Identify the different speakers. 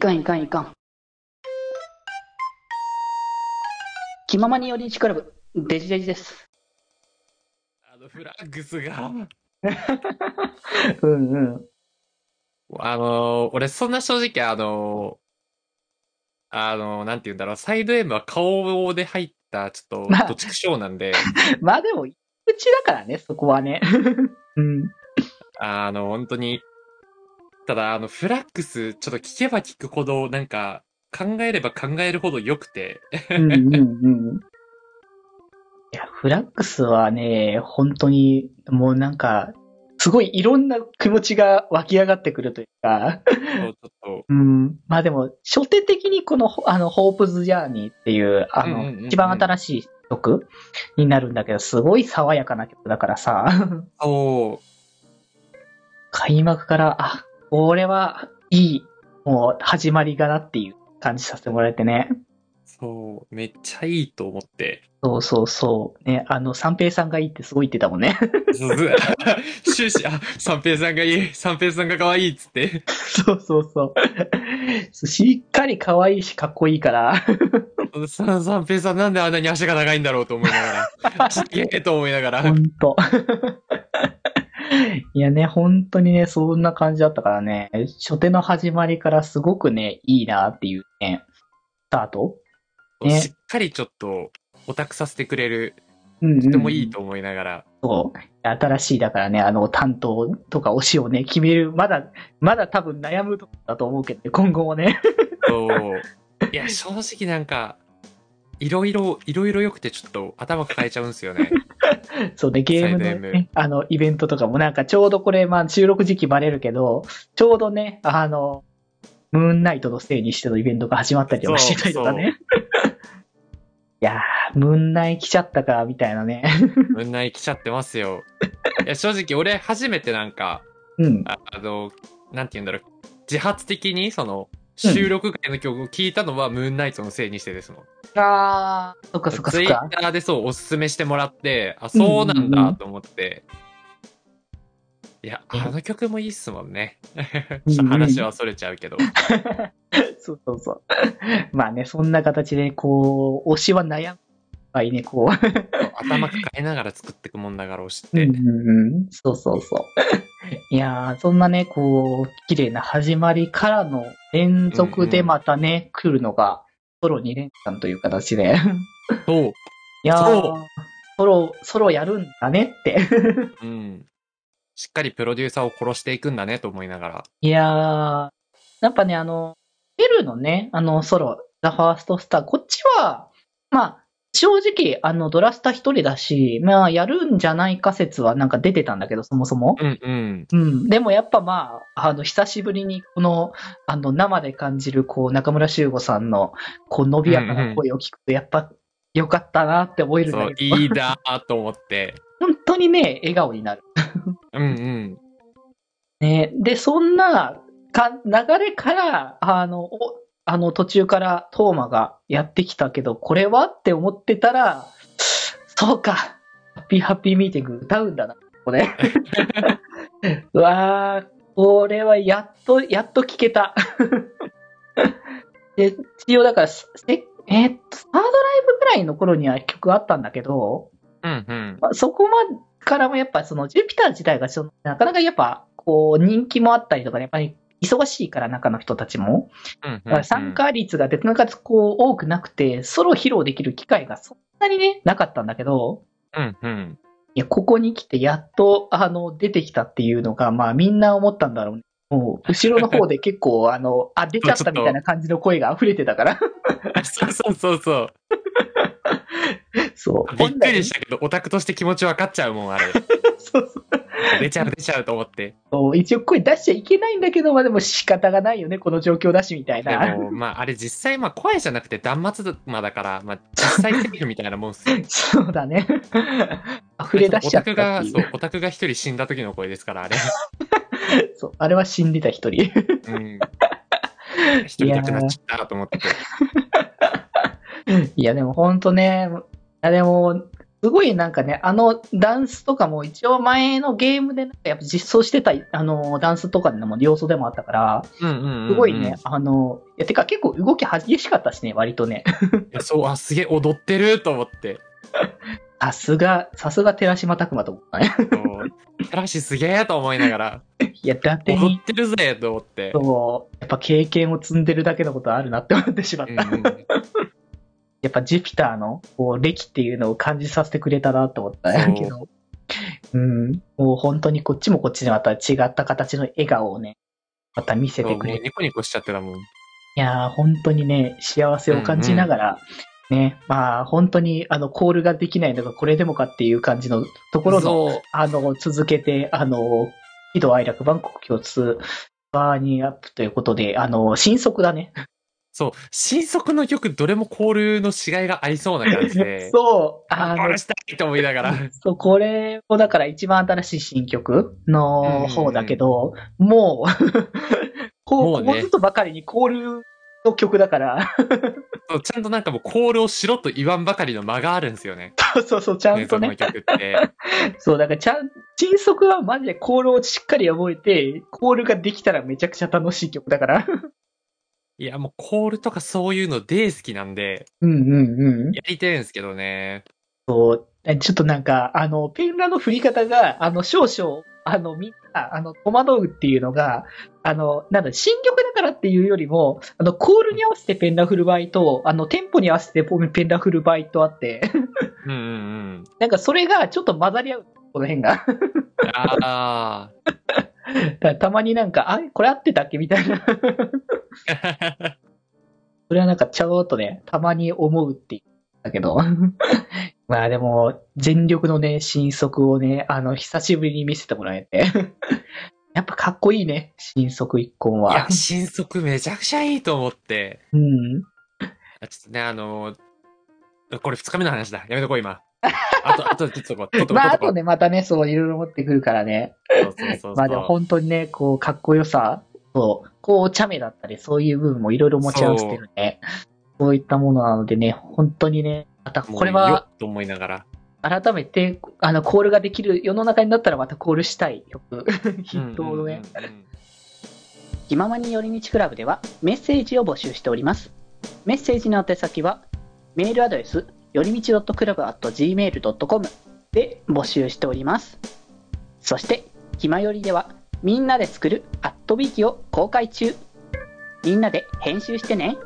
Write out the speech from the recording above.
Speaker 1: かんいかんいかん。気ままに寄り道クラブ、デジデジです。
Speaker 2: あの、フラッグスが、
Speaker 1: うんうん。
Speaker 2: あのー、俺そんな正直あのー、あのー、なんて言うんだろう、サイド M は顔で入った、ちょっ
Speaker 1: まあ
Speaker 2: と、どちくしょうなんで、
Speaker 1: まあでも、うちだからね、そこはね。うん。
Speaker 2: あの、本当に、ただ、あの、フラッグス、ちょっと聞けば聞くほど、なんか、考えれば考えるほど良く て、
Speaker 1: うんうんうん。いや、フラックスはね、本当に、もうなんか、すごいいろんな気持ちが湧き上がってくるというか、
Speaker 2: もうちょっ
Speaker 1: うん。まあでも、初手的にこの、あの、ホープズジャーニーっていう、あの、
Speaker 2: うんうんうんうん
Speaker 1: 一番新しい曲になるんだけど、すごい爽やかな曲だからさ、
Speaker 2: と、お
Speaker 1: 開幕から、あ、これはいい、もう始まりがなっていう感じさせてもらえてね。
Speaker 2: そう、めっちゃいいと思って、
Speaker 1: そうそうそう。ね、あの、三平さんがいいってすごい言ってたもんね。
Speaker 2: そうそう終始、あ、三平さんがいい、三平さんが可愛いっつって。
Speaker 1: そうそうそう。しっかり可愛いし、かっこいいから。
Speaker 2: さ三平さんなんであんなに足が長いんだろうと思いながら。ちげえと思いなが
Speaker 1: ほ
Speaker 2: ら。
Speaker 1: んと。 いやね、本当にね、そんな感じだったからね、初手の始まりからすごくね、いいなっていうね、スタートね
Speaker 2: しっかりちょっと、オタクさせてくれる。
Speaker 1: うん、
Speaker 2: とてもいいと思いながら。
Speaker 1: そう。新しいだからね、あの、担当とか推しをね、決める、まだ、まだ多分悩むとこだと思うけどね、今後もね。
Speaker 2: そう。いや、正直なんか、いろいろ、いろいろ良くてちょっと頭抱えちゃうんですよね。
Speaker 1: そうね、ゲームの,、
Speaker 2: サイド M
Speaker 1: ね、あのイベントとかもなんかちょうどこれ、まあ収録時期バレるけど、ちょうどね、あの、ムーンナイトのせいにしてのイベントが始まったりとかしてたりとかね。 いやー、ムーンナイ来ちゃったか、みたいなね。
Speaker 2: みんな来ちゃってますよ。いや、正直俺初めてなんか、
Speaker 1: うん。
Speaker 2: ああの、なんて言うんだろう。自発的に、その、収録外の曲を聴いたのは、ムーンナイトのせいにしてですもん。
Speaker 1: あー、そっかそっかそ
Speaker 2: ツ
Speaker 1: っ
Speaker 2: イ
Speaker 1: か
Speaker 2: ッ。ターでそうおすすめしてもらって、あ、そうなん
Speaker 1: うんうんう
Speaker 2: だ
Speaker 1: ん
Speaker 2: と思って。いや、
Speaker 1: うん
Speaker 2: あの曲もいいっすもんね。
Speaker 1: うんうん
Speaker 2: ちょっと 話はそれちゃうけど。
Speaker 1: そうそうそう。 まあね、そんな形で、こう、推しは悩む。はいね、こう。
Speaker 2: 頭抱えながら作ってくもんだから押し
Speaker 1: う
Speaker 2: て。
Speaker 1: んうんうん、そうそう そう。いやー、そんなね、こう、綺麗な始まりからの連続でまたね、来るのが、ソロ2連単という形で。
Speaker 2: そう。
Speaker 1: いやー
Speaker 2: そ、
Speaker 1: ソロ、ソロやるんだねって。
Speaker 2: うん。しっかりプロデューサーを殺していくんだねと思いながら。
Speaker 1: いやー、やっぱね、あの、ベルのね、あの、ソロ、ザ・ファーストスター、こっちは、まあ、正直、あの、ドラスタ一人だし、まあ、やるんじゃないか説はなんか出てたんだけど、そもそも。
Speaker 2: うんうん。
Speaker 1: うん、でもやっぱまあ、あの、久しぶりにこの、あの、生で感じる、こう、中村修吾さんの、こう、伸びやかな声を聞くと、やっぱ、良かったなって思えるん
Speaker 2: そ
Speaker 1: だ
Speaker 2: う、
Speaker 1: けど、
Speaker 2: いいだーと思って。
Speaker 1: 本当にね、笑顔になる。
Speaker 2: うんうん。
Speaker 1: ね、で、そんな、か、流れから、あの、おあの、途中から、トーマがやってきたけど、これはって思ってたら、そうか、ハッピーハッピーミーティング歌うんだな、ここで。うわー、これはやっと、やっと聞けた。で、一応だから、せ、えーっと、サードライブぐらいの頃には曲あったんだけど、
Speaker 2: うんうん。
Speaker 1: まあそこまからもやっぱそのジュピター自体がそのなかなかやっぱこう人気もあったりとかね、やっぱり忙しいから中の人たちも。
Speaker 2: うん
Speaker 1: だ
Speaker 2: う
Speaker 1: か
Speaker 2: ん。
Speaker 1: ら参加率がなかなかこう多くなくて、ソロ披露できる機会がそんなにね、なかったんだけど、
Speaker 2: うんうん。
Speaker 1: いや、ここに来てやっと、あの、出てきたっていうのが、まあみんな思ったんだろうね。もう、後ろの方で結構、 あの、あ、出ちゃったみたいな感じの声が溢れてた から。
Speaker 2: そうそうそうそう。
Speaker 1: そう。
Speaker 2: びっくりしたけど、オタクとして気持ち分かっちゃうもん、あれ。
Speaker 1: 本来そうそう
Speaker 2: 出ちゃう出ちゃうと思って。
Speaker 1: そう。一応声出しちゃいけないんだけど、まあでも仕方がないよね、この状況だし、みたい
Speaker 2: で
Speaker 1: な。
Speaker 2: も、まあ、あれ実際、まあ、声じゃなくて断末魔だから、まあ、実際セリフみたいなもんっすよ。
Speaker 1: そうだね。 溢れ出しちゃった
Speaker 2: オタ
Speaker 1: っ
Speaker 2: ク
Speaker 1: てい。
Speaker 2: が、そうう、オタクが一人死んだ時の声ですから、 あれ。
Speaker 1: そうあれは死んでた一人。
Speaker 2: うん。一人亡くなっちゃったと思ってて。
Speaker 1: いや、でもほんとね、いやでも、すごいなんかね、あのダンスとかも一応前のゲームでなんかやっぱ実装してた、あの、ダンスとかのも要素でもあったから、
Speaker 2: うんうんうんうん
Speaker 1: すごいね、あの、いや、てか結構動き激しかったしね、割とね。
Speaker 2: いやそう、あ、すげえ踊ってると思って。
Speaker 1: さすが、さすが寺島拓磨と思ったね。
Speaker 2: そう寺橋すげえと思いながら、
Speaker 1: いや、伊達
Speaker 2: 踊
Speaker 1: に
Speaker 2: ってるぜと思って。
Speaker 1: と、やっぱ経験を積んでるだけのことあるなって思ってしまっ
Speaker 2: う
Speaker 1: た。
Speaker 2: んうん
Speaker 1: やっぱジュピターのこう歴っていうのを感じさせてくれたなと思ったんやけど、うん、もう本当にこっちもこっちでまた違った形の笑顔をね、また見せ
Speaker 2: そう
Speaker 1: て
Speaker 2: も
Speaker 1: く
Speaker 2: う
Speaker 1: れる。
Speaker 2: ニコニコしちゃってたもん。
Speaker 1: いやー、本当にね、幸せを感じながら、ね、まあ本当にあのコールができないのがこれでもかっていう感じのところの、
Speaker 2: そう
Speaker 1: あの、続けて、あの、喜怒哀楽、万国共通、バーニーアップということで、あの、新速だね。
Speaker 2: そう、新速の曲、どれもコールの違いがありそうな感じで、
Speaker 1: そう、あ
Speaker 2: あ
Speaker 1: の
Speaker 2: れ、したいと思いながら。
Speaker 1: そう、これもだから一番新しい新曲の方だけど、もう、こ
Speaker 2: もう
Speaker 1: う、
Speaker 2: ね
Speaker 1: もうずっとばかりにコールの曲だから、
Speaker 2: そうちゃんとなんかもうコールをしろと言わんばかりの間があるんですよね。
Speaker 1: そうそうそう、ちゃんと
Speaker 2: 新、
Speaker 1: ね
Speaker 2: 速の曲って。
Speaker 1: そう、だからちゃん、新速はマジでコールをしっかり覚えて、コールができたらめちゃくちゃ楽しい曲だから。
Speaker 2: いや、もうコールとかそういうの大好きなんで、
Speaker 1: うんうんうん。
Speaker 2: やりたいんですけどね。
Speaker 1: そう、えちょっとなんか、あの、ペンラの振り方が、あの、少々、あの、みんな、あの、戸惑うっていうのが、あの、なんだ、新曲だからっていうよりも、あの、コールに合わせてペンラ振る場合と、あの、テンポに合わせてペンラ振る場合とあって、
Speaker 2: うんうんうん。
Speaker 1: なんかそれがちょっと混ざり合う、この辺が。
Speaker 2: あ
Speaker 1: だからたまになんか、あれこれ合ってたっけみたいな。
Speaker 2: あ。
Speaker 1: それはなんかちゃおっとね、たまに思うっていう。だけど。 まあでも、全力のね、新速をね、あの、久しぶりに見せてもらえて。 やっぱかっこいいね、新速一本
Speaker 2: いや
Speaker 1: は、。
Speaker 2: 新速めちゃくちゃいいと思って。
Speaker 1: うん。
Speaker 2: あちょっとね、あのーこれ二日目の話だ。やめとこう、 今。あと、あと、ちょっとこう、ちょっとこう、
Speaker 1: ま
Speaker 2: ち
Speaker 1: あ、
Speaker 2: ょ
Speaker 1: あ
Speaker 2: っとこと
Speaker 1: ね、またね、そう、いろいろ持ってくるからね。
Speaker 2: う。そうそうそう。
Speaker 1: まあでも本当にね、こう、かっこよさ、そう、こう、お茶目だったり、そういう部分もいろいろ持ち合わせてるね。そういったものなのでね、本当にね、また
Speaker 2: もう
Speaker 1: これは、
Speaker 2: よっと思いながら。
Speaker 1: 改めて、あの、コールができる世の中になったらまたコールしたい曲、筆頭のね。
Speaker 2: うんうんうんうん
Speaker 1: 気ままに寄り道クラブではメッセージを募集しております。メッセージの宛先は、メールアドレス、よりみち .club.gmail.com で募集しております。そして、ひまよりでは、みんなで作るアットビーキを公開中。みんなで編集してね。